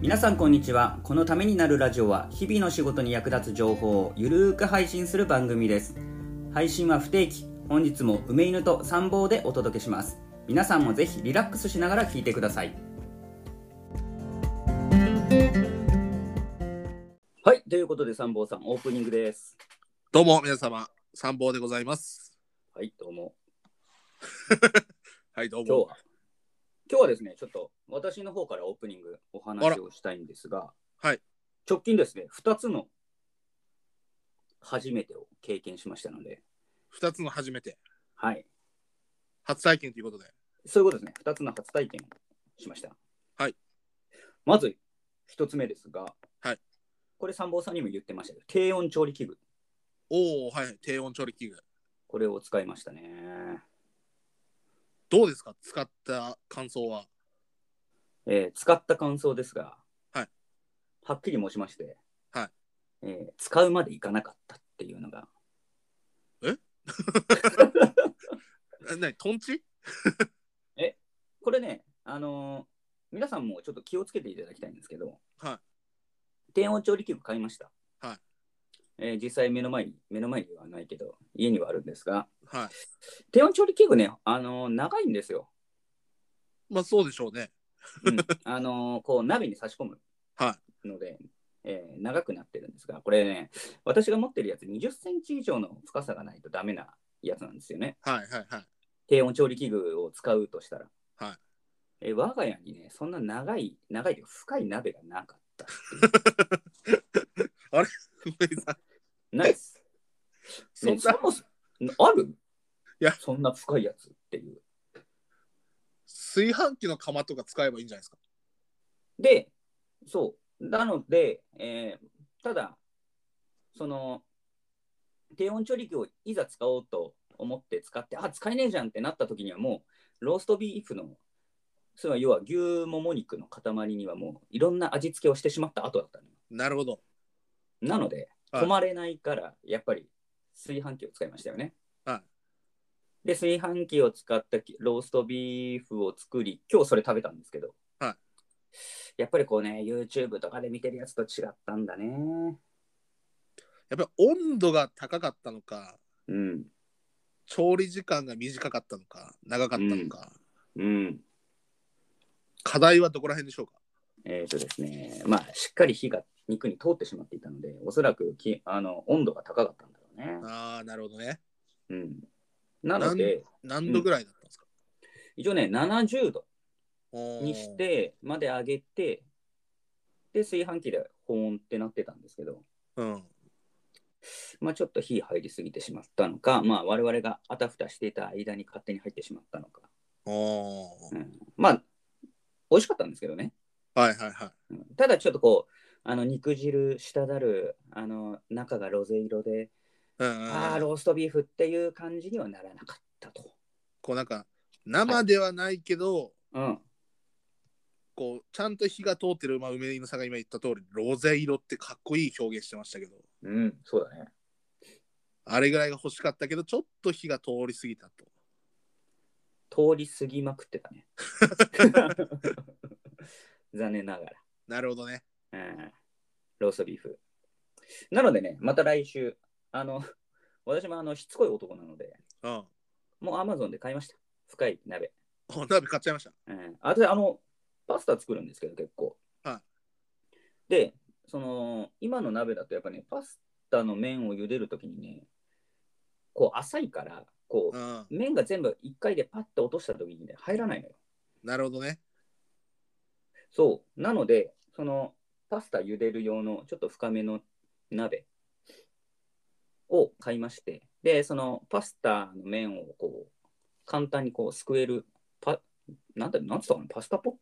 皆さんこんにちはこのためになるラジオは日々の仕事に役立つ情報をゆるーく配信する番組です配信は不定期本日も梅犬と参謀でお届けします皆さんもぜひリラックスしながら聞いてくださいはいということで参謀さんオープニングですどうも皆様、参謀でございます。はいどうもはい、どう今日もは。今日はですねちょっと私の方からオープニングおあ話らをしたいんですが、はい直近ですね2つの初めてを経験しましたので、二つの初めて、はい、初体験ということで。そういうことですね2つの初体験をしましたはいまず1つ目ですが、はい、これ参謀さんにも言ってましたけど低温調理器具おお、はい、低温調理器具。これを使いましたねどうですか使った感想は。えー使った感想ですが、はいはっきり申しまして、はいえー使うまでいかなかったっていうのが、えなに、トンチこれね、あのー皆さんもちょっと気をつけていただきたいんですけど、は低温調理器具買いました。はいえー実際目の前に、目の前にはないけど、家にはあるんですが、い。は低温調理器具ね、あのー長いんですよ。い。まあ、そうでしょうね。うん あのーこう鍋に差し込むはので、えー長くなってるんですが、これね、私が持ってるやつ20センチ以上の深さがないとダメなやつなんですよね。い。はい、はい、はい。低温調理器具を使うとしたら。はいえー我が家にね、そんな長い、長いというか深い鍋がなかった。梅井さんないっす。 そんね、そな、もそもあるいやそんな深いやつっていう。炊飯器の釜とか使えばいいんじゃないですか。で、そう。なので、えーただ、その、低温調理器をいざ使おうと思って使って、あ、使えねえじゃんってなった時にはもう、ローストビーフの、それは要は牛もも肉の塊にはもういろんな味付けをしてしまった後だったのよ。なるほど。なので、はい止まれないから、やっぱり炊飯器を使いましたよね。はで、炊飯器を使ったきローストビーフを作り、今日それ食べたんですけど、はやっぱりこうね、YouTube とかで見てるやつと違ったんだね。やっぱり温度が高かったのか、うん、調理時間が短かったのか、長かったのか、うん。課題はどこら辺でしょうかえっ、とですね、まあ、しっかり火が肉に通ってしまっていたので、おそらくきあの温度が高かったんだろうね。ああ、なるほどね。うん、なので、何度ぐらいだったんですか、一応ね、70度おーにし。てまで上げてで炊飯器で保温ってなってたんですけど、うん。まあ、ちょっと火入りすぎてしまったのか、まあ、我々があたふたしていた間に勝手に入ってしまったのか、おお。うん、まあ美味しかったんですけどね、はいはいはい。うんただちょっとこうあの肉汁滴るあの中がロゼ色で、うんうんうんああローストビーフっていう感じにはならなかったと、こうなんか生ではないけど、うん、こうちゃんと火が通ってる、まあ、梅犬さんが今言った通りロゼ色ってかっこいい表現してましたけどうん、そうだねあれぐらいが欲しかったけどちょっと火が通り過ぎたと通り過ぎまくってた ね残念ながらなるほどねうんローストビーフ。なのでね、また来週、あの、 私もあの、しつこい男なので、うんもう Amazon で買いました。深い鍋。お鍋買っちゃいましたうん、あとであの、パスタ作るんですけど、結構。はで、その、今の鍋だとやっぱね、パスタの麺を茹でるときにね、こう、浅いから、こうう、ん麺が全部一回でパッと落としたときにね、入らないのよ。なるほどねそう。なので、そのパスタ茹でる用のちょっと深めの鍋を買いまして、で、そのパスタの麺をこう、簡単にこう、すくえる、パ、なんだ、なんつったかな、パスタポッ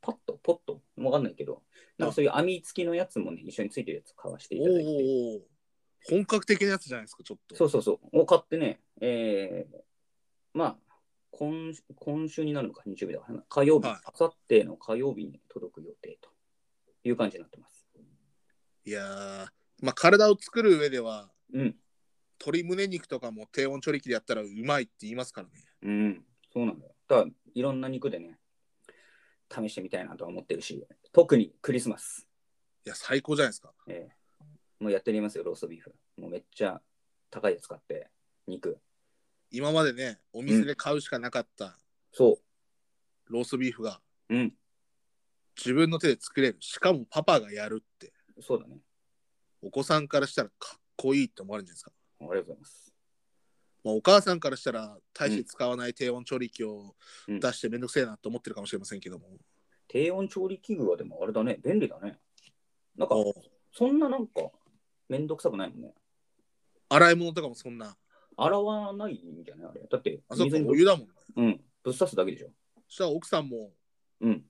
パットポットわかんないけど、なんかそういう網付きのやつもね、一緒についてるやつ買わせていおーたおだいて、ーおー本格的なやつじゃないですかちょっとそうそうそう、を買ってね、えー、まあ、今週今週になるのか、日曜日だから、火曜日、はいあさっての火曜日に届く予定という感じになってます。いやーまあ体を作る上ではうん、鶏胸肉とかも低温調理器でやったらうまいって言いますからねうん、そうなんだよ。だから、いろんな肉でね、試してみたいなとは思ってるし、特にクリスマス、いや、最高じゃないですか。えーもうやっておりますよ、ローストビーフ。もうめっちゃ高いやつ買って、肉。今までね、お店で買うしかなかったそローストビーフがう、うん、自分の手で作れる。しかもパパがやるって、そうだね。お子さんからしたらかっこいいって思われるんじゃないですか。ありがとうございます。まあ、お母さんからしたら大して使わない低温調理器をうん出してめんどくせえなと思ってるかもしれませんけども、低温調理器具はでもあれだね、便利だね。なんか、こうそんななんか、めんどくさくないもんね。洗い物とかもそんな洗わないんじゃないあれ。だって、あそこ水にお湯だもんねうん、ぶっ刺すだけでしょ。そしたら奥さんもうん。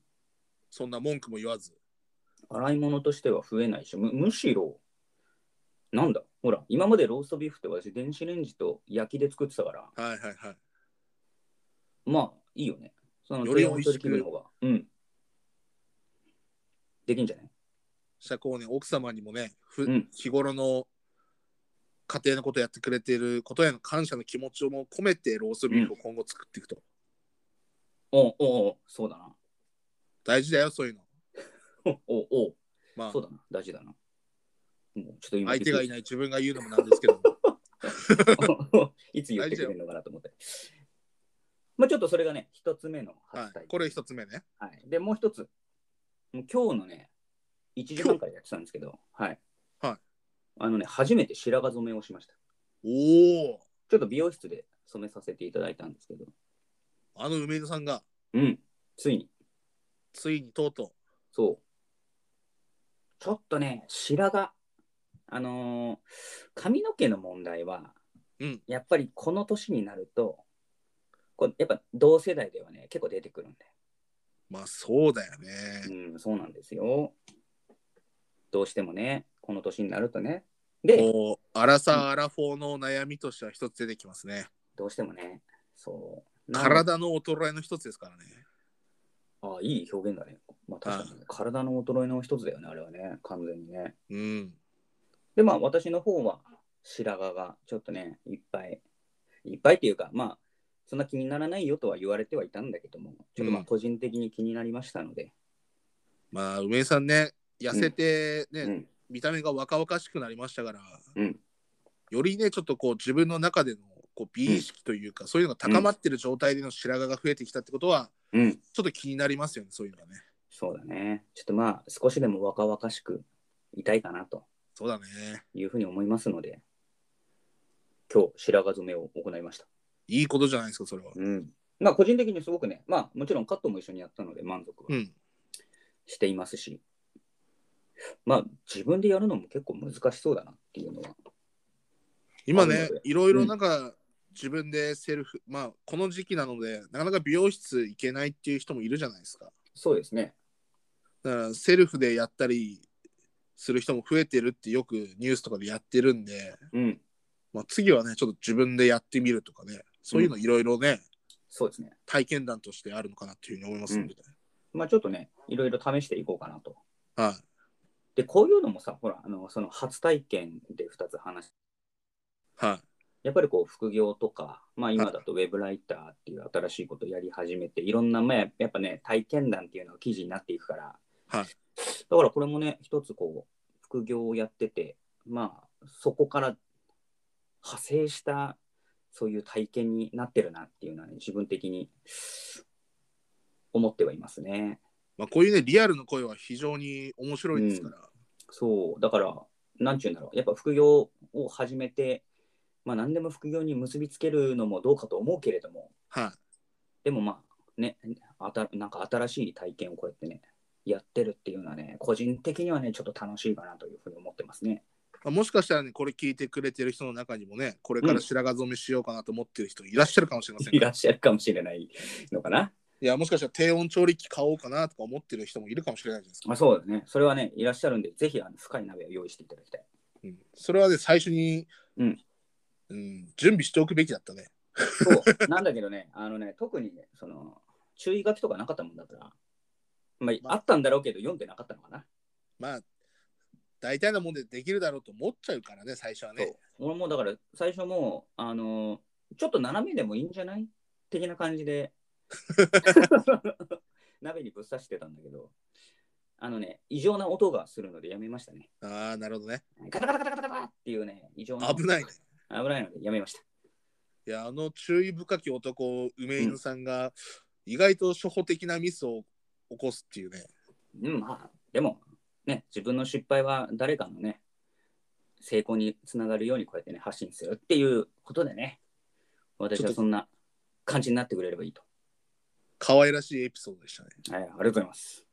そんな文句も言わず洗い物としては増えないし、むむしろ、なんだ、ほら、今までローストビーフって私、電子レンジと焼きで作ってたから、はいはいはいまあ、いいよね。そのより低温調理器具の方が。うん。できんじゃないそしたらこうね奥様にもねふ、うん日頃の家庭のことやってくれてることへの感謝の気持ちをも込めてローストビーフを今後作っていくと、おうおうおうそうだな。 大事だよそういうのおうおうおうまあそうだな。大事だな。もうちょっと今相手がいい。ない自分が言うのもなんですけど いつ言ってくれるのかなと思って。まあちょっとそれがね、一つ目のは発体い、これ一つ目ねはい。で、もう一つ。もう今日のね、1時半からやってたんですけど、はい。はい。あのね、初めて白髪染めをしました。おおちょっと美容室で染めさせていただいたんですけど、あの梅井戸さんがうん。ついに、ついにとうとうそう。ちょっとね、白髪。あのー髪の毛の問題は、うんやっぱりこの年になると、こうやっぱ同世代ではね、結構出てくるんで。まあそうだよね。うん、そうなんですよ。どうしてもね、この年になるとね。で、こう、アラサー、アラフォーの悩みとしては一つ出てきますね。どうしてもね、そう。なの体の衰えの一つですからね。ああいい表現だね。まあ確かにね、体の衰えの一つだよね、あれはね、完全にね。うん。で、まあ私の方は白髪がちょっとね、いっぱい、いっぱいっていうか、まあ、そんな気にならないよとは言われてはいたんだけども、ちょっとまうあん個人的に気になりましたので、まあ、梅井さんね、痩せてね、うん、見た目が若々しくなりましたから、うんよりね、ちょっとこう、自分の中でのこう美意識というか、そういうのが高まってる状態での白髪が増えてきたってことは、うん、ちょっと気になりますよね、そういうのはね。そうだね。ちょっとまあ少しでも若々しくいたいかなとそうだね。いうふうに思いますので、今日白髪染めを行いました。いいことじゃないですか、それは。うん。まあ個人的にすごくね、まあもちろんカットも一緒にやったので満足はうん。していますし、まあ自分でやるのも結構難しそうだなっていうのは。今あねるのでいろいろなんか、自分でセルフまあこの時期なのでなかなか美容室行けないっていう人もいるじゃないですかそうですね。だからセルフでやったりする人も増えてるってよくニュースとかでやってるんで、うん。まあ、次はねちょっと自分でやってみるとかねそういうのいろいろね、そうですね。体験談としてあるのかなっていうふうに思いますので、まあちょっとね、いろいろ試していこうかなと。はいで、こういうのもさ、ほら、あのその初体験で2つ話しはいやっぱりこう副業とか、まあ、今だとウェブライターっていう新しいことをやり始めて、いろんな、まあ、やっぱね、体験談っていうのが記事になっていくから、はいだからこれもね、一つこう、副業をやってて、まあ、そこから派生した、そういう体験になってるなっていうのはね、自分的に思ってはいますね。まあ、こういうねリアルの声は非常に面白いですから、そう、だから、なんちゅうんだろう、やっぱ副業を始めて、まあ、何でも副業に結びつけるのもどうかと思うけれども、はいでもまあねあたなんか新しい体験をこうやってねやってるっていうのはね個人的にはねちょっと楽しいかなというふうに思ってますねまあ、もしかしたらねこれ聞いてくれてる人の中にもねこれから白髪染めしようかなと思ってる人いらっしゃるかもしれませんいかららっしゃるかもしれないのかないや、もしかしたら低温調理器買おうかなとか思ってる人もいるかもしれないじゃないですか。あそうだねそれはねいらっしゃるんでぜひあの深い鍋を用意していただ きたいうん、それはね、最初に、うんうん準備しておくべきだったね。そうなんだけどねあのね特にねその注意書きとかなかったもんだからまあ、まああったんだろうけど読んでなかったのかな、まあ、大体のもんでできるだろうと思っちゃうからね、最初はそうね。俺もだから最初もうあの ちょっと斜めでもいいんじゃない的な感じで鍋にぶっ刺してたんだけど、あのね、異常な音がするのでやめましたね。ああ、なるほどね。ガタガタガタガタガタっていうね、異常な危ないね。危ないのでやめました。いや、あの注意深き男、梅犬さんが、意外と初歩的なミスを起こすっていうね。うん、まあ、でも、ね、自分の失敗は誰かのね、成功につながるようにこうやってね、発信するっていうことでね、私ちょっはとそんな感じになってくれればいいと。可愛らしいエピソードでしたね。はい、ありがとうございます。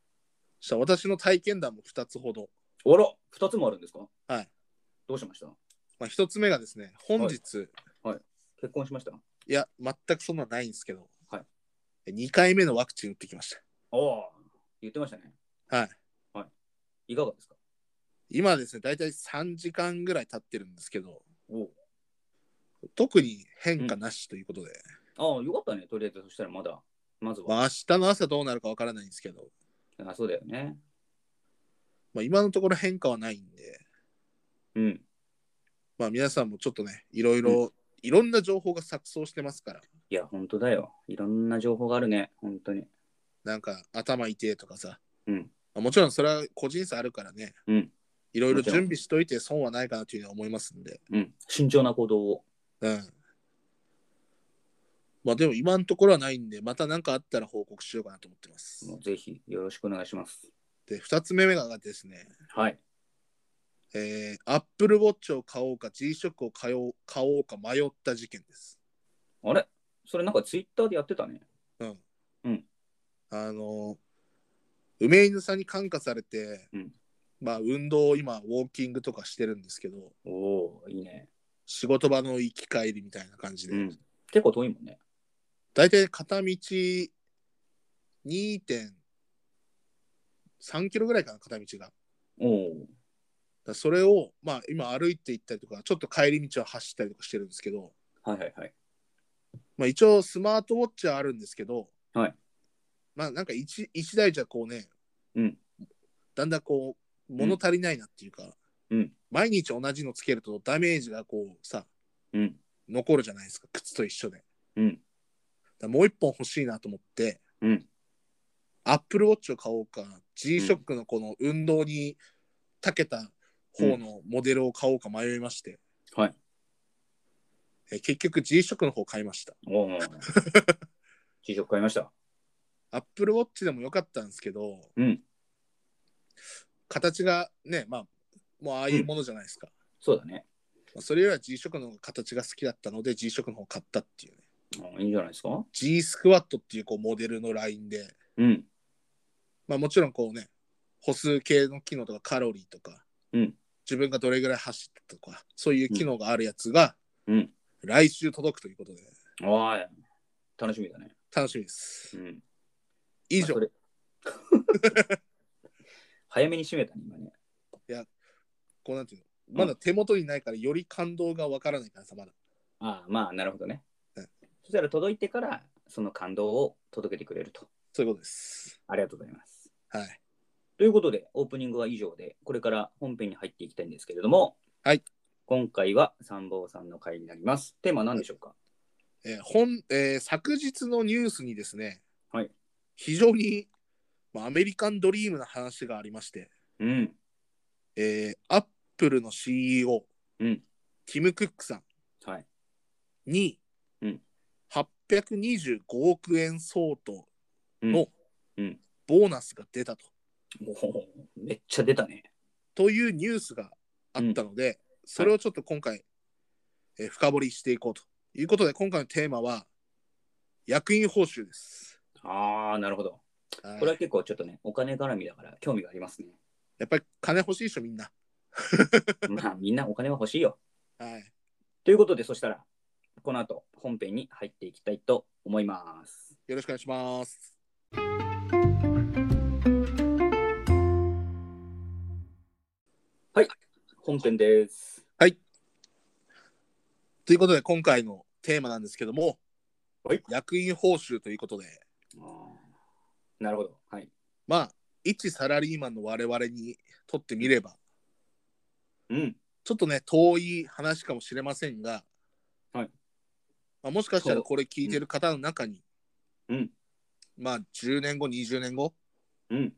そしたら私の体験談も2つほど。あら、2つもあるんですかはい。どうしましたまあ、1つ目がですね、本日、い、結婚しましたや、全くそんなないんですけど、は2回目のワクチン打ってきましおお、言ってましたね。た。はい。いかがですか今ですね、大体3時間ぐらい経ってるんですけど、おお。特に変化なしということで、ああ、よかったね、とりあえず、そしたらまだ、まずまは。あ明日の朝どうなるかわからないんですけど、あ、そうだよね。まあ、今のところ変化はないんで、うん。まあ、皆さんもちょっとね、いろいろ、いろんな情報が錯綜してますから、いや、本当だよ。いろんな情報があるね、本当に。なんか頭痛えとかさ、うんまあもちろんそれは個人差あるからね、うんいろいろもちろん準備しといて損はないかなというのは思いますんで、うん。慎重な行動を。うん。まあでも今のところはないんで、また何かあったら報告しようかなと思ってます。もうぜひ、よろしくお願いします。で、2つ目がですね、はい。えー、Apple Watch を買おうか G-SHOCK を買おう買おうか迷った事件です。あれそれなんかツイッターでやってたね。うん。うんあの、梅犬さんに感化されて、うんまあ運動を今、ウォーキングとかしてるんですけど、おお、いいね。仕事場の行き帰りみたいな感じで、うん。結構遠いもんね。大体片道2.3キロぐらいかな、片道が。だかおお。らそれを、まあ今歩いて行ったりとか、ちょっと帰り道を走ったりとかしてるんですけど、はいはいはい。まあ、一応スマートウォッチはあるんですけど、はいまあなんか一一台じゃこうね、うんだんだんこう物足りないなっていうか、うん毎日同じのつけるとダメージがこうさうん。残るじゃないですか靴と一緒でだかうん。らもう一本欲しいなと思ってうん。 Apple Watch を買おうか G-SHOCK のこの運動に長けた方のモデルを買おうか迷いまして、はい。え結局 G-SHOCK の方買いましたお お。試食買いました。 Apple Watch でもよかったんですけど、うん。形がねまあもうああいうものじゃないですか、そうだね。まあそれよりは G 色の方が形が好きだったので G 色の方を買ったっていうねうんいいんじゃないですか G スクワットっていうこうモデルのラインでうん。まあもちろんこうね歩数計の機能とかカロリーとか、うん自分がどれぐらい走ったとかそういう機能があるやつが、うん来週届くということでおい。楽しみだね。楽しみですうん。以上、まあそれ 早めに締めたね、今ね。こうなんていうのまだ手元にないからより感動がわからないからさまだああ、まあ、なるほどねうん。そしたら届いてから、その感動を届けてくれると。そういうことですありがとうございます。はいということで、オープニングは以上で、これから本編に入っていきたいんですけれども、はい。今回は三坊さんの回になります。テーマは何でしょうか、えー本えー昨日のニュースにですね、はい非常に、まあ、アメリカンドリームな話がありまして、うん。えーアップルの CEO、うんティム・クックさはい。んに、うん825億円相当のうんうんボーナスが出たと,、おお、めっちゃ出たね。というニュースがあったので、それをちょっと今回、えー深掘りしていこうということで今回のテーマは役員報酬です。ああ、なるほど。はいこれは結構ちょっとね、お金絡みだから興味がありますね。 やっぱり金欲しいでしょ、みんな。まあ、みんなお金は欲しいよ。はい。ということで、そしたら、この後、本編に入っていきたいと思います。よろしくお願いします。本編です。ということで、今回のテーマなんですけども、はい役員報酬ということで、なるほど。はい。まあ、一サラリーマンの我々にとってみれば、うん。ちょっとね、遠い話かもしれませんが、はいまあ、もしかしたらこれ聞いてる方の中に、うんまあ10年後、20年後、うん。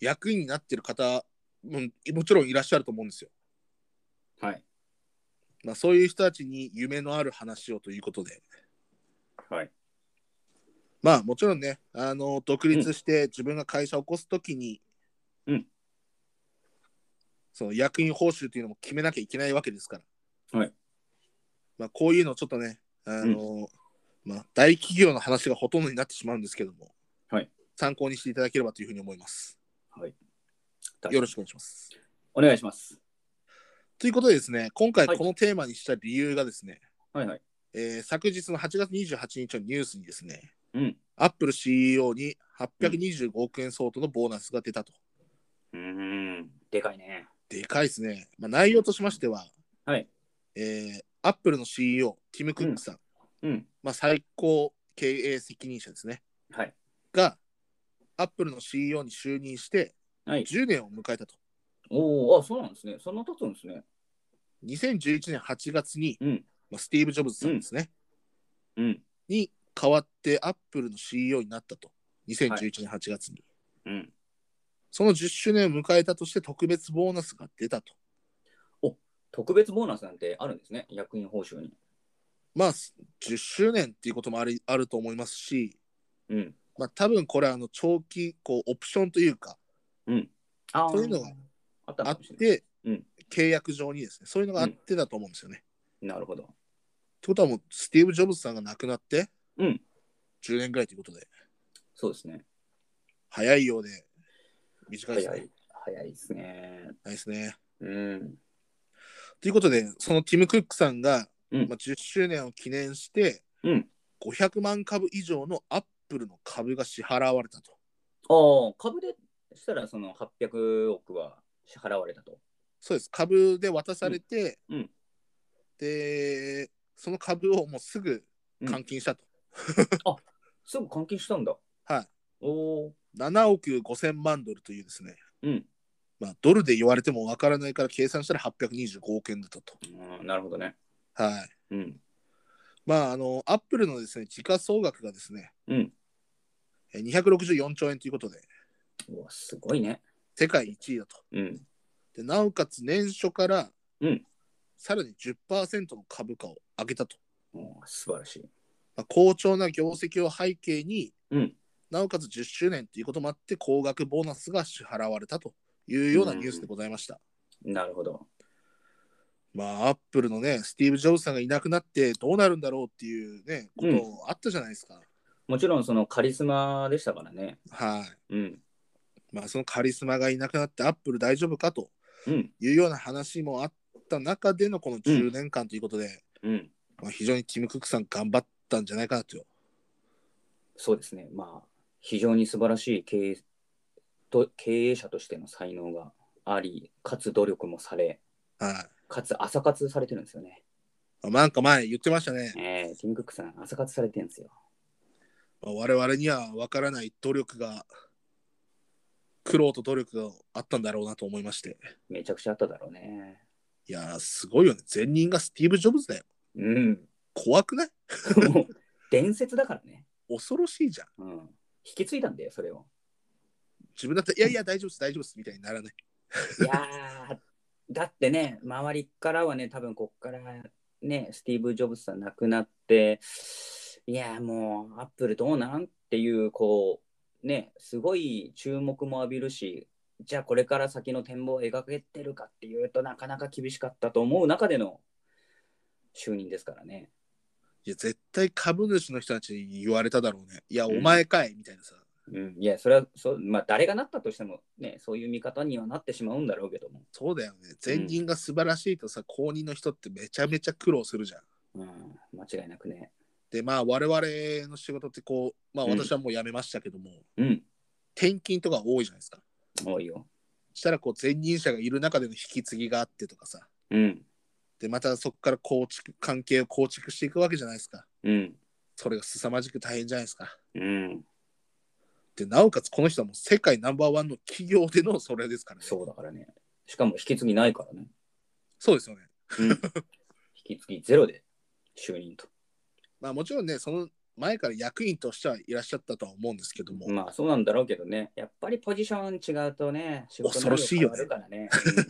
役員になってる方ももちろんいらっしゃると思うんですよ。はい。まあそういう人たちに夢のある話をということで、はい。まあもちろんね、あの独立して自分が会社を起こすときに、うんその役員報酬というのも決めなきゃいけないわけですから、はいまあ、こういうのちょっとね、あのまあ、大企業の話がほとんどになってしまうんですけども、はい参考にしていただければというふうに思います。はい。よろしくお願いします。お願いします。ということでですね、今回はいこのテーマにした理由がですね、はいはい。えー昨日の8月28日のニュースにですね、うん。アップル CEO に825億円相当のボーナスが出たと。うーん。でかいね。でかいですね。まあ、内容としましては、はいえーアップルの CEO、ティム・クックさん、うん。まあ、最高経営責任者ですね、はい。が、アップルの CEO に就任してはい。 10年を迎えたと。おお、あ、そうなんですね。そんな経つんですね。 2011年8月に、うん。まあ、スティーブ・ジョブズさんですね、うん。に代わってアップルの CEO になったと。2011年8月に。うん。その10周年を迎えたとして特別ボーナスが出たと。特別ボーナスなんてあるんですね。役員報酬に。まあ、す10周年っていうこともありあると思いますし、うん。まあ、多分これはあの長期こうオプションというか、あーそういうのがあったのあかっもしれない。て、うん契約上にですね、そういうのがあってだと思うんですよね。っなるほど。てことはもう、スティーブ・ジョブズさんが亡くなってうん。 10年ぐらいということで、そうですね。早いようで、短いです早ねい。。早いですね。ないですね。うん。ということで、そのティム・クックさんが、うんまあ、10周年を記念して、うん500万株以上のアップルの株が支払われたと。ああ、株でしたらその800億は支払われたと。そうです株で渡されて、うんうんでその株をもうすぐ換金したと、すぐ換金したんだ。はい。おお。 7億5000万ドルというですね、うん。まあ、ドルで言われてもわからないから計算したら825億円だったと、うんなるほどね。はいうん。まああのアップルのですね時価総額がですねうん。えー264兆円ということでうわ、すごいね。世界1位だとうん。でなおかつ年初から、うんさらに10%の株価を上げたと、おー素晴らしい。まあ、好調な業績を背景にうん。なおかつ10周年ということもあって、高額ボーナスが支払われたというようなニュースでございました。なるほど。まあ、アップルのね、スティーブ・ジョブズさんがいなくなってどうなるんだろうっていうね、こうんとあったじゃないですか。もちろんそのカリスマでしたからね。はい。うん。まあ、そのカリスマがいなくなって、アップル大丈夫かとうん。いうような話もあった中でのこの10年間ということで、うん。まあ、非常にティム・クックさん頑張ったんじゃないかなと。そうですね。まあ、非常に素晴らしい経営と経営者としての才能があり、かつ努力もされ、はかつ朝活されてるんですよね。い。まあ、なんか前言ってましたね。ええティム・クックさん、朝活されてるんですよ。まあ我々には分からない努力が、苦労と努力があったんだろうなと思いまして。めちゃくちゃあっただろうね。いやー、すごいよね。前任がスティーブ・ジョブズだよ。うん。 怖くないもう伝説だからね。恐ろしいじゃん。うん。引き継いだんだよ、それを。自分だって、いやいや、大丈夫です、大丈夫です、みたいにならない。いや ー、だってね、周りからはね、多分こっからね、スティーブ・ジョブズさん亡くなって、いやーもう、アップルどうなんっていう、こう、ね、すごい注目も浴びるし、じゃあこれから先の展望を描けてるかっていうとなかなか厳しかったと思う中での就任ですからね。いや、絶対株主の人たちに言われただろうね。いや、うんお前かい、みたいなさ。うん、いや、それはそう、まあ、誰がなったとしても、ね、そういう見方にはなってしまうんだろうけども。そうだよね。前任が素晴らしいとさ、後任の人ってめちゃめちゃ苦労するじゃん。うん、間違いなくね。で、まあ、我々の仕事ってこう、まあ、うん私はもう辞めましたけども、うん、転勤とか多いじゃないですか。多いよ。したら、こう、前任者がいる中での引き継ぎがあってとかさ。うん、で、またそこから構築、関係を構築していくわけじゃないですか。うん、それが凄まじく大変じゃないですか。うん。でなおかつこの人はもう世界ナンバーワンの企業でのそれですからね。そうだからね。しかも引き継ぎないからね。そうですよね。うん、引き継ぎゼロで就任と。まあもちろんね、その前から役員としてはいらっしゃったとは思うんですけども、まあそうなんだろうけどね、やっぱりポジション違うとね、仕事恐ろしいよね内容変わる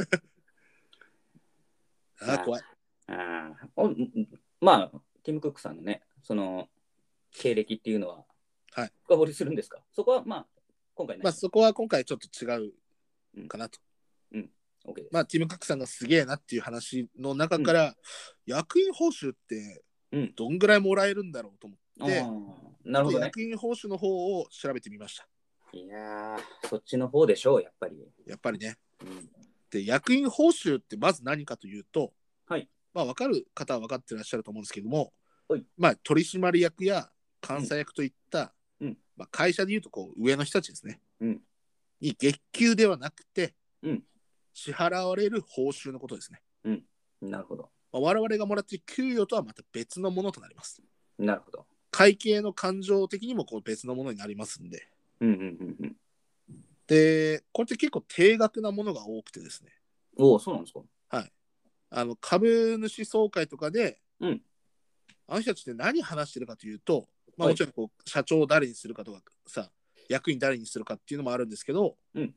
からね。あー怖い。うんあーおうんまあ、ティム・クックさんのね、その経歴っていうのは、はい深掘りするんですかそこはまあ、今回ね、まあそこは今回ちょっと違うかなと。 OK です。まあティム・カクさんがすげえなっていう話の中から、役員報酬ってうんどんぐらいもらえるんだろうと思あって、ーなるほどね。役員報酬の方を調べてみました。いやー、そっちの方でしょう、やっぱり。やっぱりね。うんで役員報酬ってまず何かというと、はいまあ、分かる方は分かってらっしゃると思うんですけども、はいまあ、取締役や監査役といった、うんうんまあ、会社でいうとこう上の人たちですね、うんに月給ではなくて、うん支払われる報酬のことですね、なるほど。まあ、我々がもらっている給与とはまた別のものとなりますなるほど。会計の感情的にもこう別のものになりますんでうんうんうんうん。でこれって結構定額なものが多くてですねおお、そうなんですか。あの株主総会とかで、うんあの人たちって何話してるかというと、まあ、はいもちろんこう社長を誰にするかとかさ役員誰にするかっていうのもあるんですけど、うん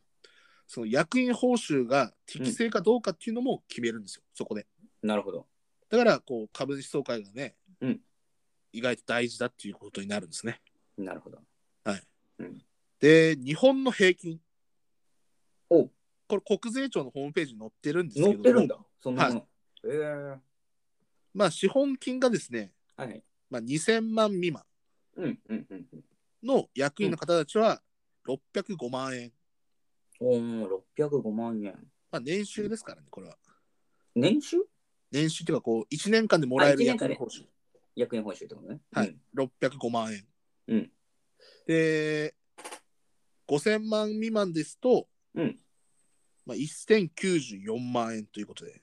その役員報酬が適正かどうかっていうのも決めるんですよ、そこでなるほど。だからこう株主総会がね、うん意外と大事だっていうことになるんですねなるほど。で日本の平均おうこれ国税庁のホームページに載ってるんですけど乗もってるんだ。そんなもの。えーまあ資本金がですね、はい。まあ、2000万未満うんうんうんうん。の役員の方たちは605万円、おお、605万円。まあ、年収ですからね、これは。年収年収っていうか、こう、1年間でもらえるあ一年役間員ね報酬、役員報酬ってことね。はいうん。 605万円。うんで、5000万未満ですと、うんまあ、1094万円ということで。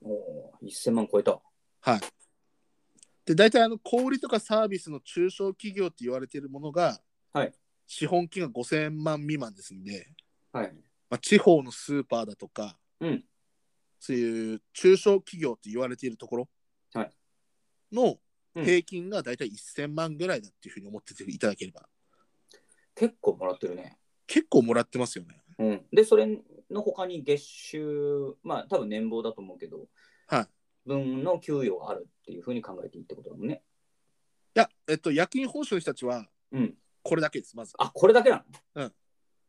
おお、1000万超えた。で、大体、あの、小売りとかサービスの中小企業って言われているものが、はい資本金が5000万未満ですんで、はい。まあ、地方のスーパーだとか、うんそういう中小企業って言われているところはいのうん平均がだいたい1000万ぐらいだっていうふうに思ってていただければ、結構もらってるね。結構もらってますよね。うん。で、それの他に月収、まあ多分年俸だと思うけど、はい。分の給与があるっていうふうに考えていいってことだもんね。いや、えっと、役員報酬の人たちはうん。これだけです、まず。あ、これだけなのうん。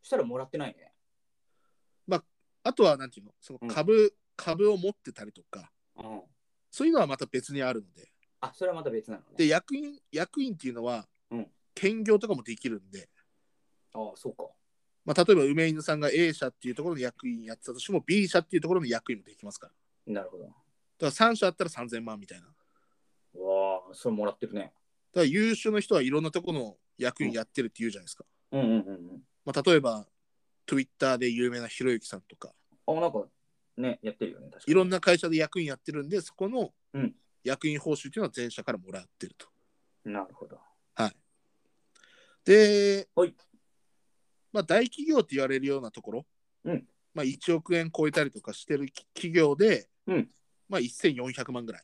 したらもらってないね。あとは、なんていうの、そのうん株、株を持ってたりとか、うん。そういうのはまた別にあるので。あ、それはまた別なのね。で、役員、役員っていうのはうん、兼業とかもできるんで、ああ、そうか。まあ、例えば梅犬さんが A 社っていうところの役員やってたとしても B 社っていうところの役員もできますから。なるほど。だから3社あったら3000万みたいな。だかわあ、それもらってるね。ら優秀な人はいろんなところの役員やってるって言うじゃないですか。うんうんうんまあ、例えば Twitter で有名なひろゆきさんとかうん。あ、なんか、ね、やってるよね、確かに。いろんな会社で役員やってるんでそこのうん役員報酬っていうのは全社からもらってると。なるほど。で、はいまあ、大企業って言われるようなところ、うんまあ、1億円超えたりとかしてる企業で、うんまあ、1400万ぐらい。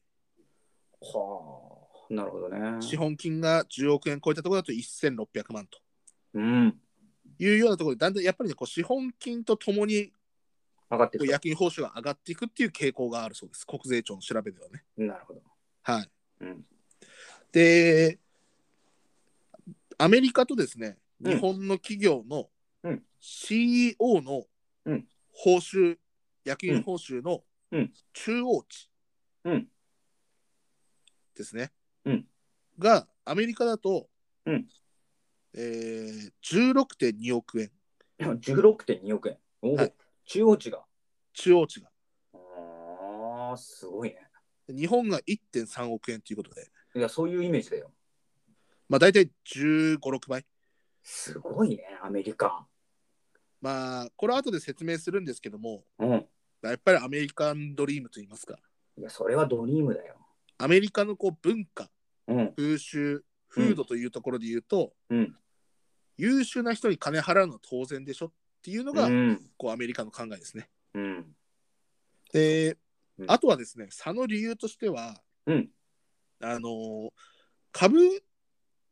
はあ、なるほどね。資本金が10億円超えたところだと1600万とうん。いうようなところで、だんだんやっぱりね、こう資本金とともに上がっていくと。役員報酬が上がっていくっていう傾向があるそうです、国税庁の調べではね。なるほど。はいうんで、アメリカとですね、うん日本の企業のうん CEO のうん報酬、役員報酬のうん中央値うんですね、うんがアメリカだと、うんえー、16.2億円、 16.2億円。おお、はい中央値が。中央値が。ああ、すごいね。日本が1.3億円ということで、いや、そういうイメージだよ。まあ、大体15、6倍。すごいね、アメリカ。まあ、これは後で説明するんですけども、うん。やっぱりアメリカンドリームといいますか、いや、それはドリームだよ。アメリカのこう文化、うん。風習、風土というところで言うと、うん優秀な人に金払うのは当然でしょっていうのが、うん。こうアメリカの考えですね。うん。でう、んあとはですね、差の理由としては、うんあのー株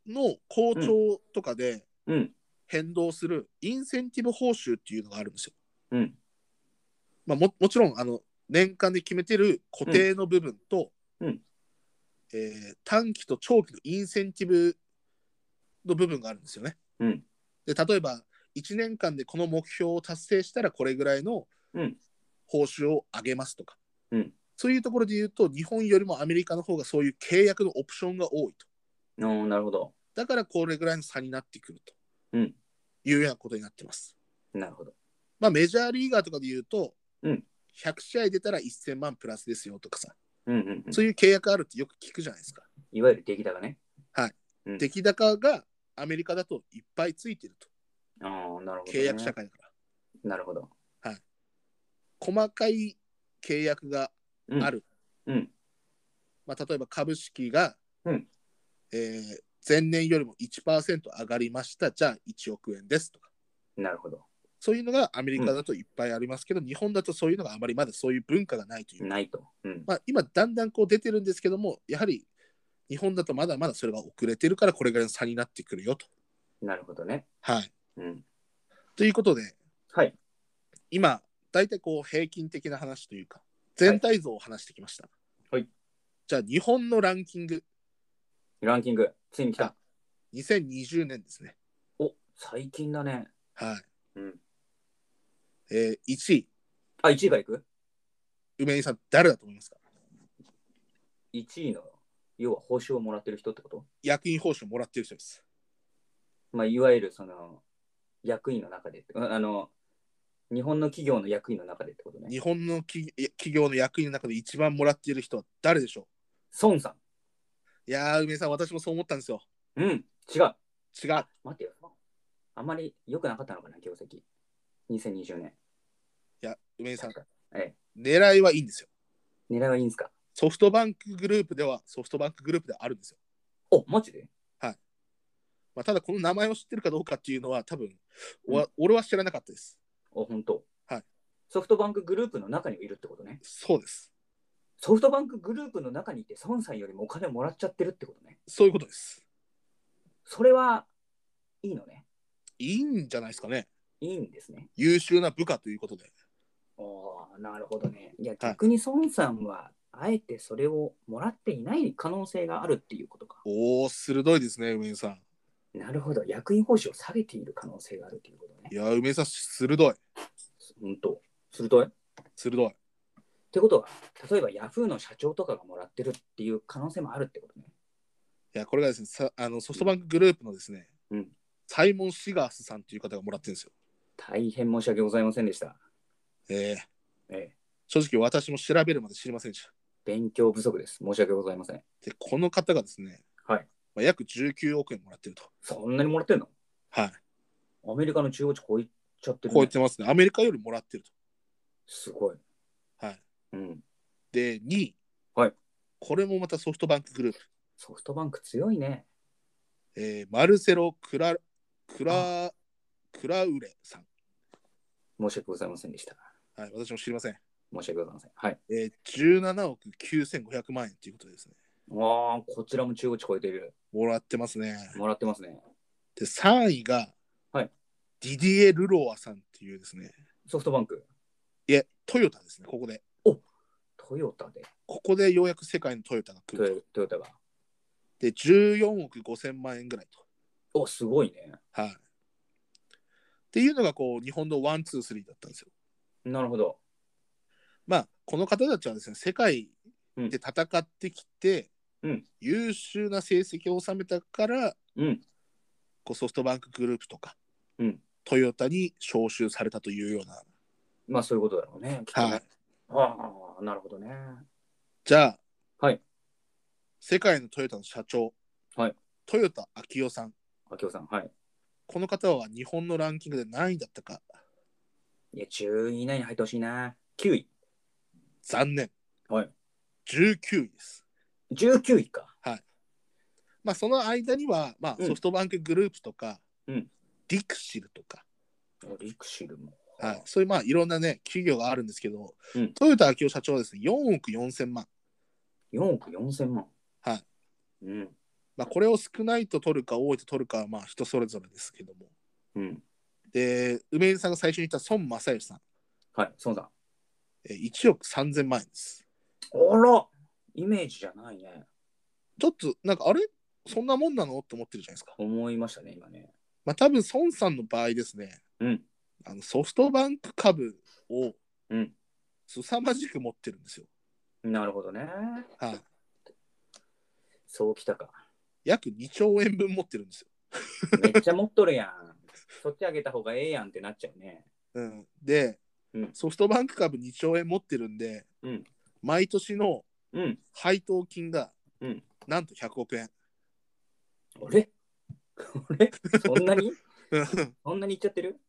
の校長とかでうん。変動するインセンティブ報酬っていうのがあるんですよ。うん。まあ、ももちろんあの年間で決めてる固定の部分と、うんうんえー短期と長期のインセンティブの部分があるんですよね。うんで例えば1年間でこの目標を達成したらこれぐらいのうん報酬を上げますとか、うんそういうところで言うと日本よりもアメリカの方がそういう契約のオプションが多いとおーなるほど。だからこれぐらいの差になってくると、うんいうようなことになってます。なるほど。まあ、メジャーリーガーとかで言うと、うん100試合出たら1000万プラスですよとかさ、うんうんうん。そういう契約あるってよく聞くじゃないですか。いわゆる出来高ね。うん出来高がアメリカだといっぱいついてると、ああ、なるほど、ね。契約社会だから。なるほど。細かい契約が、うん、ある。うん。まあ、例えば株式が、うんえー前年よりも1%上がりました、じゃあ1億円ですとか、なるほど。そういうのがアメリカだといっぱいありますけど、日本だとそういうのがあまりまだそういう文化がないというないと。うん。まあ、今だんだんこう出てるんですけどもやはり日本だとまだまだそれが遅れてるからこれぐらいの差になってくるよと。なるほどね。はい、うん。ということではい。今大体こう平均的な話というか全体像を話してきました。はいじゃあ日本のランキングランキング、ついに来た。 2020年ですね。お、最近だね。はういん。えー、1位あ、1位からいく梅井さん誰だと思いますか ?1 位の、要は報酬をもらってる人ってこと役員報酬もらってる人です。まあ、いわゆるその、役員の中でって、ああの、日本の企業の役員の中でってことね。日本の企企業の役員の中で一番もらっている人は誰でしょ孫さういやー梅井さん私もそう思ったんですよ。ん。うん、違う。違う。待ってよ。あんまり良くなかったのかな、業績。2020年。いや、梅井さん、え狙いはいいんですよ。え、狙いはいいんですかソフトバンクグループでは、ソフトバンクグループではあるんですよ。お、マジでまあ、ただ、この名前を知ってるかどうかっていうのは、多分、わ俺は知らなかったです。お、本当。はい。ソフトバンクグループの中にいるってことね。そうです。ソフトバンクグループの中にいて、孫さんよりもお金をもらっちゃってるってことね。そういうことです。それはいいのね。いいんじゃないですかね。いいんですね。優秀な部下ということで。おーなるほどね。いや、逆に孫さんは、あえてそれをもらっていない可能性があるっていうことか。おお、鋭いですね、梅井さん。なるほど。役員報酬を下げている可能性があるっていうことねい。やー、梅井さん、鋭い。本当。鋭い。っ鋭い。てことは、例えばヤフーの社長とかがもらってるっていう可能性もあるってことね。いや、これがですね、さあのソフトバンクグループのですね、うんサイモン・シガースさんという方がもらってるんですよ。大変申し訳ございませんでした。えー、ええ、正直、私も調べるまで知りませんでした。勉強不足です。申し訳ございません。で、この方がですね、はいまあ、約19億円もらってると。そんなにもらってんのはい。アメリカの中央値超えちゃってる、超えね。てますね。アメリカよりもらってるすごい。と。はい。うん。で、2位。はい。これもまたソフトバンクグループ。ソフトバンク強いね。えーマルセロ・クラ、クラ、クラウレさん。申し訳ございませんでした。はい。私も知りません。申し訳ございません。はい。えー、17億9500万円ということですね。わあ、こちらも中央値超えてる。もらってますね。もらってますね。で、3位が、はい。ディディエ・ルロワさんっていうですね。ソフトバンク、いえ、トヨタですね。ここで。トヨタで、ここでようやく世界のトヨタが来トるヨトヨタが。と。で、14億5000万円ぐらいと。お、すごいね。はい。っていうのがこう日本のワンツースリーだったんですよ。なるほど。まあこの方たちはですね世界で戦ってきて、うん優秀な成績を収めたからうん。こうソフトバンクグループとか、うんトヨタに招集されたというような。まあ、そういうことだろうね。きっとねはい、ああ、なるほどね。じゃあ、はい世界のトヨタの社長、はい豊田昭夫さん秋夫さん、はい。この方は日本のランキングで何位だったかいや、10位以内に入ってほしいな。9位。残念はい。 19位です。 19位か。まあ、その間には、まあ、うんソフトバンクグループとか、うんディクシルとか、おリクシルも。はい、そういう、まあ、いろんなね、企業があるんですけど、うんトヨタ秋夫社長はですね、4億4千万。 4億4千万。はい。うん。まあ、これを少ないと取るか多いと取るかはまあ人それぞれですけども。うん。で、梅井さんが最初に言った孫正義さん、はい、そうだ。えー1億3000万円です。あらイメージじゃないね。ちょっと、なんか、あれそんなもんなのって思ってるじゃないですか。思いましたね、今ね。まあ、多分孫さんの場合ですね、うん。あのソフトバンク株をうん凄まじく持ってるんですよ。なるほどね。はい。そうきたか。約2兆円分持ってるんですよ。めっちゃ持っとるやん。 そっちあげた方がええやんってなっちゃうね。うん、で、うんソフトバンク株2兆円持ってるんで、うん毎年のうん。配当金が、うんなんと100億円。あれ あれそんな にうんそんなにいっちゃってる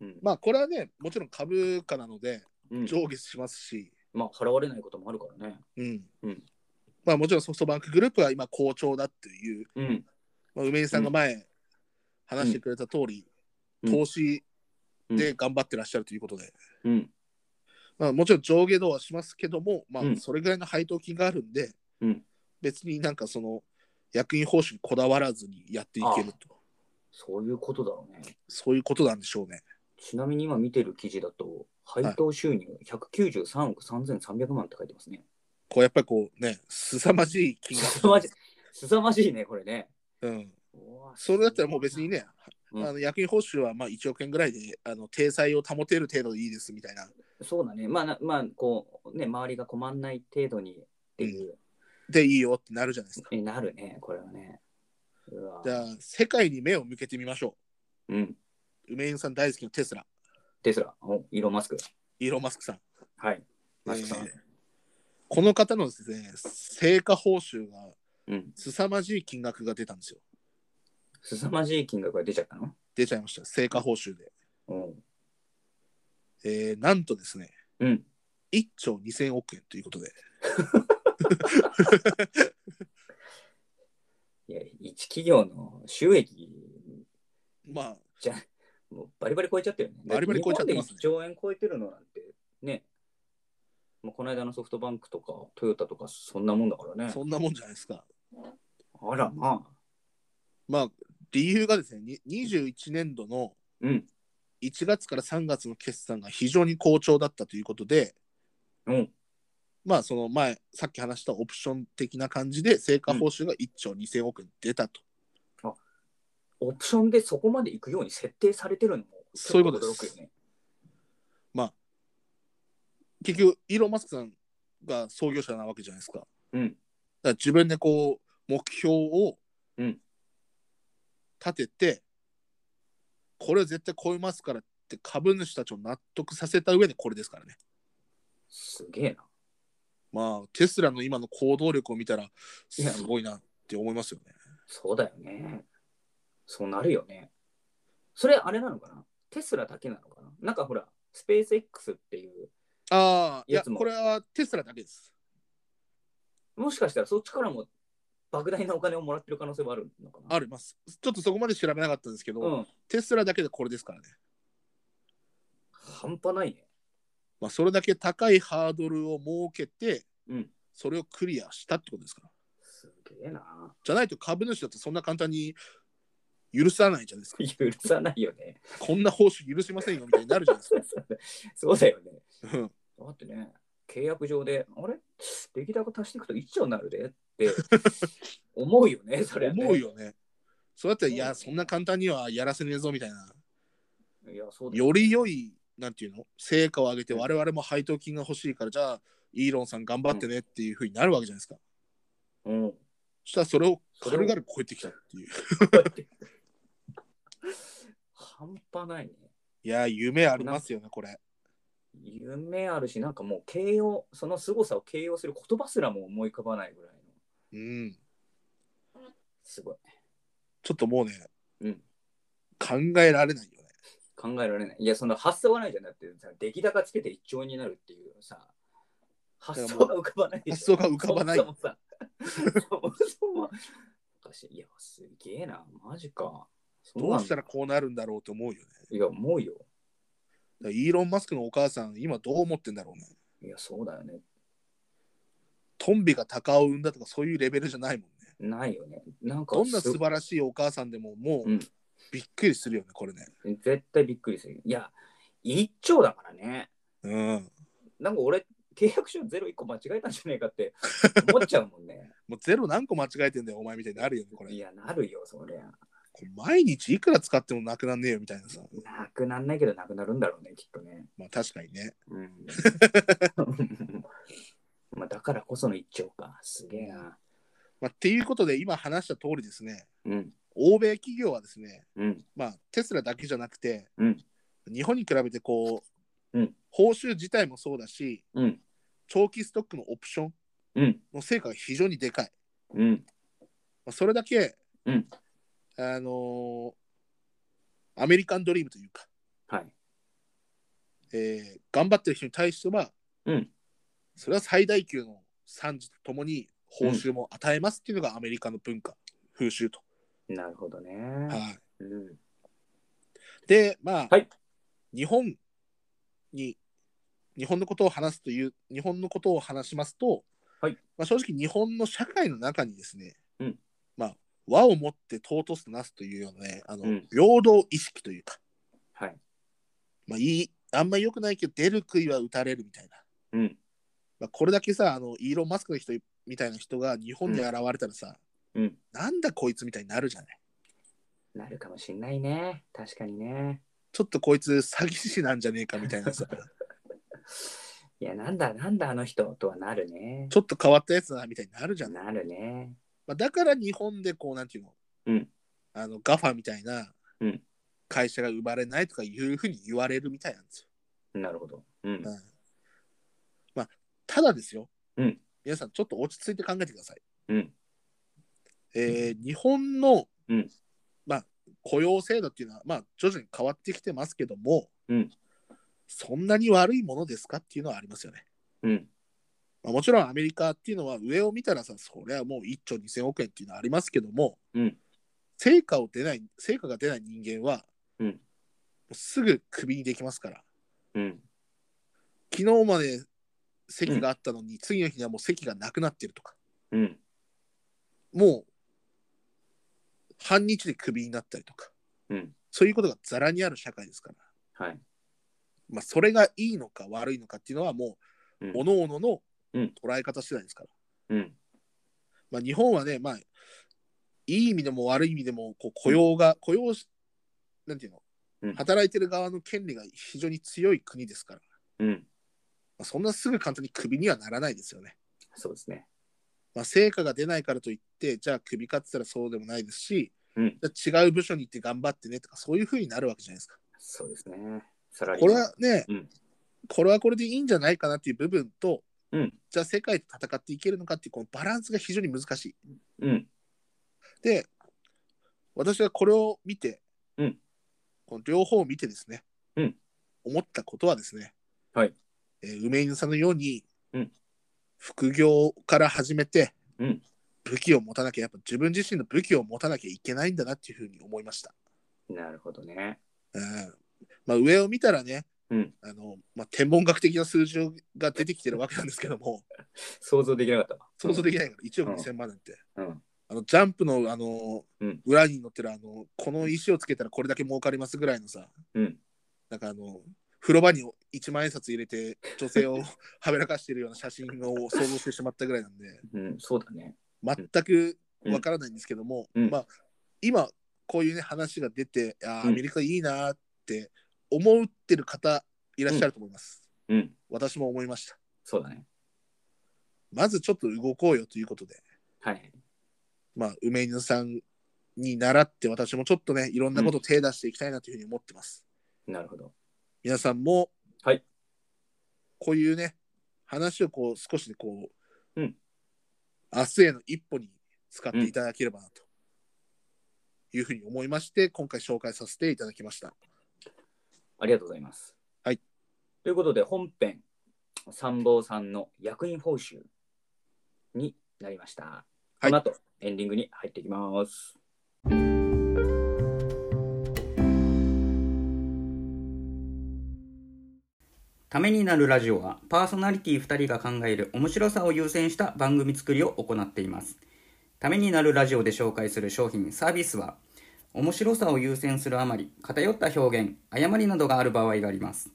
うん。まあこれはねもちろん株価なのでうん、上下しますし、まあ、払われないこともあるからね。うんうんまあ、もちろんソフトバンクグループは今好調だっていう、うん。まあ、梅井さんが前話してくれた通り、うん投資で頑張ってらっしゃるということで、うん。まあ、もちろん上下動はしますけども、まあう、んそれぐらいの配当金があるんで、うん別になんかその役員報酬にこだわらずにやっていけるとそういうことだろうね。そういうことなんでしょうね。ちなみに今見てる記事だと、配当収入193億3300万って書いてますね。こうやっぱりこうね凄まじい金額すさまじい、すさまじいね、これね。うん、うわそれだったらもう別に。ね、うんあの役員報酬はまあ1億円ぐらいであの体裁を保てる程度でいいですみたいな。そうだね。まあ、なまあ、こう、ね、周りが困んない程度にっていう、でいいよってなるじゃないですか。になるね、これはね。うわじゃあ世界に目を向けてみましょうん。う。梅井さん大好きのテスラ、テスラ、おイーロン・マスク。イーロン・マスクさん。はい。マスクさんえーこの方のですね、成果報酬がうん。凄まじい金額が出たんですよ。すさまじい金額が出ちゃったの出ちゃいました。成果報酬で。うん。えーなんとですね、うん。 1兆2000億円ということで。いや、一企業の収益、まあ、もうバリバリ超えちゃってるよね。バリバリ超えちゃってますね日本で1兆円超えてるのなんて、ね。もうこの間のソフトバンクとかトヨタとかそんなもんだからね。そんなもんじゃないですか。あらまあ。まあ、理由がですね、に21年度のうん。 1月から3月の決算が非常に好調だったということで、うん。まあ、その前、さっき話したオプション的な感じで、成果報酬が1兆2000億円出たと。オプションでそこまで行くように設定されてるのも、そういうことですちょっ驚くよね。結局、イーロン・マスクさんが創業者なわけじゃないですか。うん。だから自分でこう目標をうん立てて、これを絶対超えますからって株主たちを納得させた上でこれですからね。すげえな。まあテスラの今の行動力を見たらすごいなって思いますよね。そうだよね。そうなるよね。それあれなのかなテスラだけなのかななんかほら、スペース X っていう、ああいややつもこれはテスラだけです。もしかしたらそっちからも莫大なお金をもらってる可能性もあるのかなある。ります。ちょっとそこまで調べなかったんですけど、うん。テスラだけでこれですからね。半端ないね。まあそれだけ高いハードルを設けて、うんそれをクリアしたってことですから。すげえな。じゃないと株主だってそんな簡単に許さないじゃないですか。 許さないよね。 こんな報酬許しませんよみたいになるじゃないでそうだよね。すか。うんだってね、契約上で、あれ出来高足していくと1兆になるでって 思うよね、それ、ね。思う。よね。そうだったら、そいうだや、ねそんな簡単にはやらせねえぞみたいな。いや、そうだより良い、なんていうの成果を上げて我々も配当金が欲しいから、じゃあ、イーロンさん頑張ってねっていうふうになるわけじゃないですか。 うん。そしたらそれを軽々超えてきたっていう。半端ないね。いや、夢ありますよね、これ。夢あるし、なんかもう形容、その凄さを形容する言葉すらも思い浮かばないぐらいの、うん。すごい。ちょっともうね、うん考えられないよね。考えられない。いや、その発想がないじゃなくてさ、出来高つけて1兆円になるっていうさ、発想が浮かばないでしょ。発想が浮かばないそもそも さ、そもそも。おかしい。いや、すげえな、マジか。そどうしたららこうなるんだろうと思うよね。いや、思うよ。だからイーロン・マスクのお母さん、今どう思ってんだろうね。いや、そうだよね。トンビが鷹を産んだとかそういうレベルじゃないもんね。ないよね。なんかどんなす素晴らしいお母さんでももううんびっくりするよねこれね絶対びっくりする。いや、一丁だからね。うんなんか俺、契約書ゼロ一個間違えたんじゃねえかって思っちゃうもんね。もうゼロ何個間違えてんだよお前みたいになるよ ねこれいや、なるよ、そりゃ。これ毎日いくら使ってもなくなんねえよみたいなさなくなんないけどなくなるんだろうね、きっとね。まあ確かにねうん。 まあだからこその一丁か。すげえな。まあっていうことで今話した通りですねうん。欧米企業はですねうん。まあテスラだけじゃなくて、うん日本に比べてこう、うん報酬自体もそうだしうん。長期ストックのオプションうん。の成果が非常にでかい、うん。まあ、それだけ、うんあのーアメリカンドリームというかはい。えー頑張ってる人に対しては、うんそれは最大級の賛辞とともに報酬も与えますっていうのがアメリカの文化、風習と。なるほどね。はい、うん。でまあ、はい日本に日本のことを話すという日本のことを話しますと、はいまあ、正直日本の社会の中にですね、うんまあ、和をもって尊すとなすというようなねあの、うん平等意識というか、はい。まあ、いいあんまり良くないけど出る杭は打たれるみたいな。うん。まあ、これだけさあのイーロン・マスクの人みたいな人が日本に現れたらさ、うん。なんだこいつみたいになるじゃないなるかもしんないね。確かにね。ちょっとこいつ詐欺師なんじゃねえかみたい なさいや、なんだ、なんだ、あの人とはなるねち。ょっと変わったやつだなみたいになるじゃない、なるね。まあ、だから日本でこうなんていうの,、うんあのガファみたいなうん会社が生まれないとかいうふうに言われるみたいなんですよ、なるほど。うんう。んまあ、ただですよ、うん皆さんちょっと落ち着いて考えてください、うん。えー日本の、うんまあ、雇用制度っていうのは、まあ、徐々に変わってきてますけども、うんそんなに悪いものですかっていうのはありますよね。うん。まあ、もちろんアメリカっていうのは上を見たらさそれはもう1兆2000億円っていうのはありますけども、うん成果を出ない成果が出ない人間は、うんもうすぐクビにできますからうん。昨日まで席があったのに、次の日にはもう席がなくなってるとかうん。もう半日でクビになったりとか、うんそういうことがざらにある社会ですから、はい。まあ、それがいいのか悪いのかっていうのはもううん各々のうん捉え方次第ですから、うん。まあ、日本はね、まあ、いい意味でも悪い意味でもこう雇用が、雇用しなんていうの、うん働いてる側の権利が非常に強い国ですから、うん。まあ、そんなすぐ簡単にクビにはならないですよね。そうですね。まあ、成果が出ないからといってじゃあクビかって言ったらそうでもないですし、うんじゃあ違う部署に行って頑張ってねとかそういうふうになるわけじゃないですか。そうですね。サラリーこれマンはね、うんこれはこれでいいんじゃないかなっていう部分と、うんじゃあ世界と戦っていけるのかっていうこのバランスが非常に難しい。うん。で私はこれを見て、うんこの両方を見てですね、うん思ったことはですね、はいえー梅犬さんのように、うん副業から始めて、うん武器を持たなきゃやっぱ自分自身の武器を持たなきゃいけないんだなっていうふうに思いました。なるほどね。うんまあ、上を見たらね、うんあのまあ、天文学的な数字が出てきてるわけなんですけども想像できなかったわ。想像できないから1億2000万なんて、うん。あのジャンプのあの、うん裏に載ってるあのこの石をつけたらこれだけ儲かりますぐらいのさうん。なんかあの風呂場に1万円札入れて女性を はべらかしてるような写真を想像してしまったぐらいなんでうん。そうだね。全くわからないんですけども、うんまあ、今こういうね話が出てあーうんアメリカいいなーって思ってる方いらっしゃると思います、うん。私も思いましたそうだね。まずちょっと動こうよということではい。まあ、梅犬さんに習って私もちょっとねいろんなことを手出していきたいなというふうに思ってます、なるほど。皆さんも、はい、こういうね話をこう少しでこう、うん明日への一歩に使っていただければなというふうに思いまして、今回紹介させていただきましたありがとうございます。はい。ということで、本編、参謀さんの役員報酬になりました。はこいの後、エンディングに入っていきます。ためになるラジオはパーソナリティ2人が考える面白さを優先した番組作りを行っています。ためになるラジオで紹介する商品サービスは面白さを優先するあまり偏った表現誤りなどがある場合があります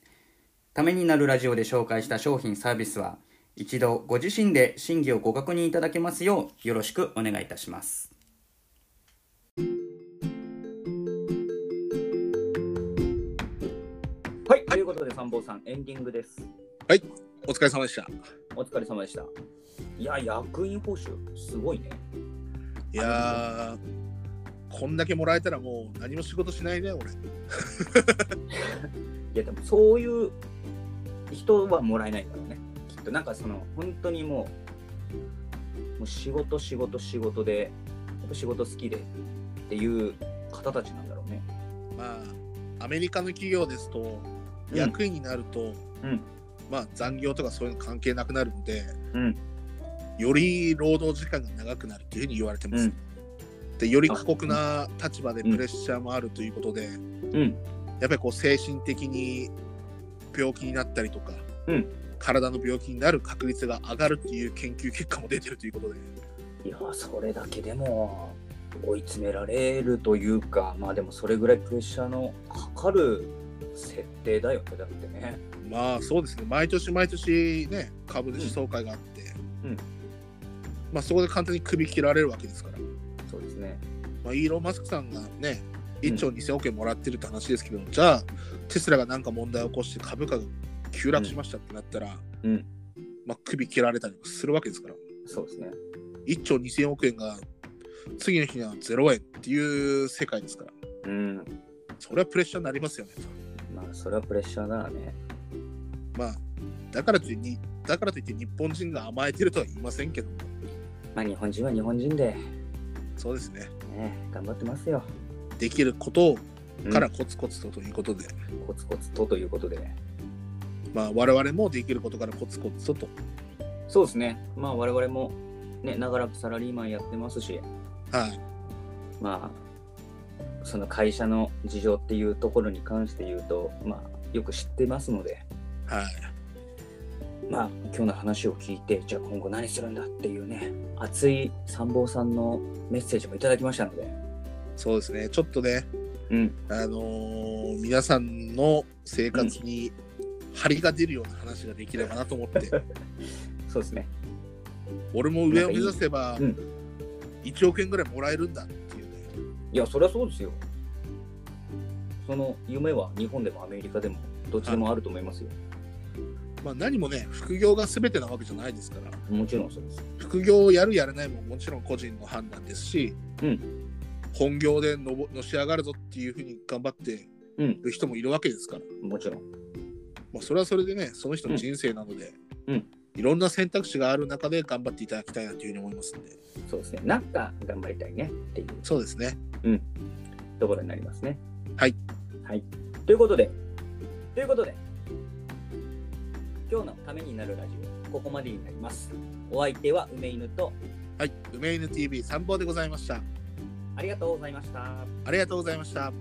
ためになるラジオで紹介した商品サービスは一度ご自身で審議をご確認いただけますようよろしくお願いいたしますはい、ということで、参謀さん、エンディングです。お疲れ様でした。お疲れ様でした。いや、役員報酬、すごいね。いやー、こんだけもらえたらもう何も仕事しないね、俺。いや、でも、そういう人はもらえないからね。きっと、なんか、その、本当にもう、もう仕事、仕事、仕事で、やっぱ仕事好きでっていう方たちなんだろうね。まあ、アメリカの企業ですと、役員になると、うんまあ残業とかそういうの関係なくなるので、うんより労働時間が長くなるというふうに言われてます。うんでより過酷な立場でプレッシャーもあるということで、うん、やっぱりこう精神的に病気になったりとか、うん体の病気になる確率が上がるっていう研究結果も出てるということで、いや、それだけでも、追い詰められるというか、まあ、でも、それぐらいプレッシャーのかかる設定だよね、だってね。まあそうですね、毎年毎年ね、株主総会があって、うんまあそこで簡単に首切られるわけですから、そうですね。まあ、イーロン・マスクさんがね、1兆2000億円もらってるって話ですけど、じゃあ、テスラがなんか問題を起こして株価が急落しましたってなったら、うんまあ、首切られたりとかするわけですから、そうですね。 1兆2000億円が次の日には0円っていう世界ですから、うん。それはプレッシャーになりますよね。まあ、それはプレッシャーだね。まあ、だからといってに、だからといって日本人が甘えてるとは言いませんけども、まあ、日本人は日本人で、そうですね、ね、頑張ってますよ。できることうんからコツコツとということで、コツコツとということで。まあ、我々もできることからコツコツととそうですね。まあ、我々も、ね、長らくサラリーマンやってますし、はい。まあ、その会社の事情っていうところに関して言うと、まあ、よく知ってますので、はい。まあ、今日の話を聞いて、じゃあ今後何するんだっていうね、熱い参謀さんのメッセージもいただきましたので、そうですね、ちょっとね、うん、あのー皆さんの生活に張りが出るような話ができればなと思って、 そうですね。俺も上を目指せばうん1億円ぐらいもらえるんだっていうね、いや、そりゃそうですよ。その夢は日本でもアメリカでもどっちでもあると思いますよ。まあ、何もね、副業が全てなわけじゃないですから、もちろんそうです。副業をやる、やらないももちろん個人の判断ですし、うん本業でのぼのし上がるぞっていうふうに頑張ってうんる人もいるわけですから、もちろん。まあ、それはそれでね、その人の人生なので、うんうんいろんな選択肢がある中で頑張っていただきたいなというふうに思いますんで。そうですね。なんか頑張りたいねっていうそうですね。ところになりますね。はい。はい。ということで、ということで、今日のためになるラジオ、ここまでになります。お相手は梅犬と、はい、梅犬 TV 参謀でございました。ありがとうございました。ありがとうございました。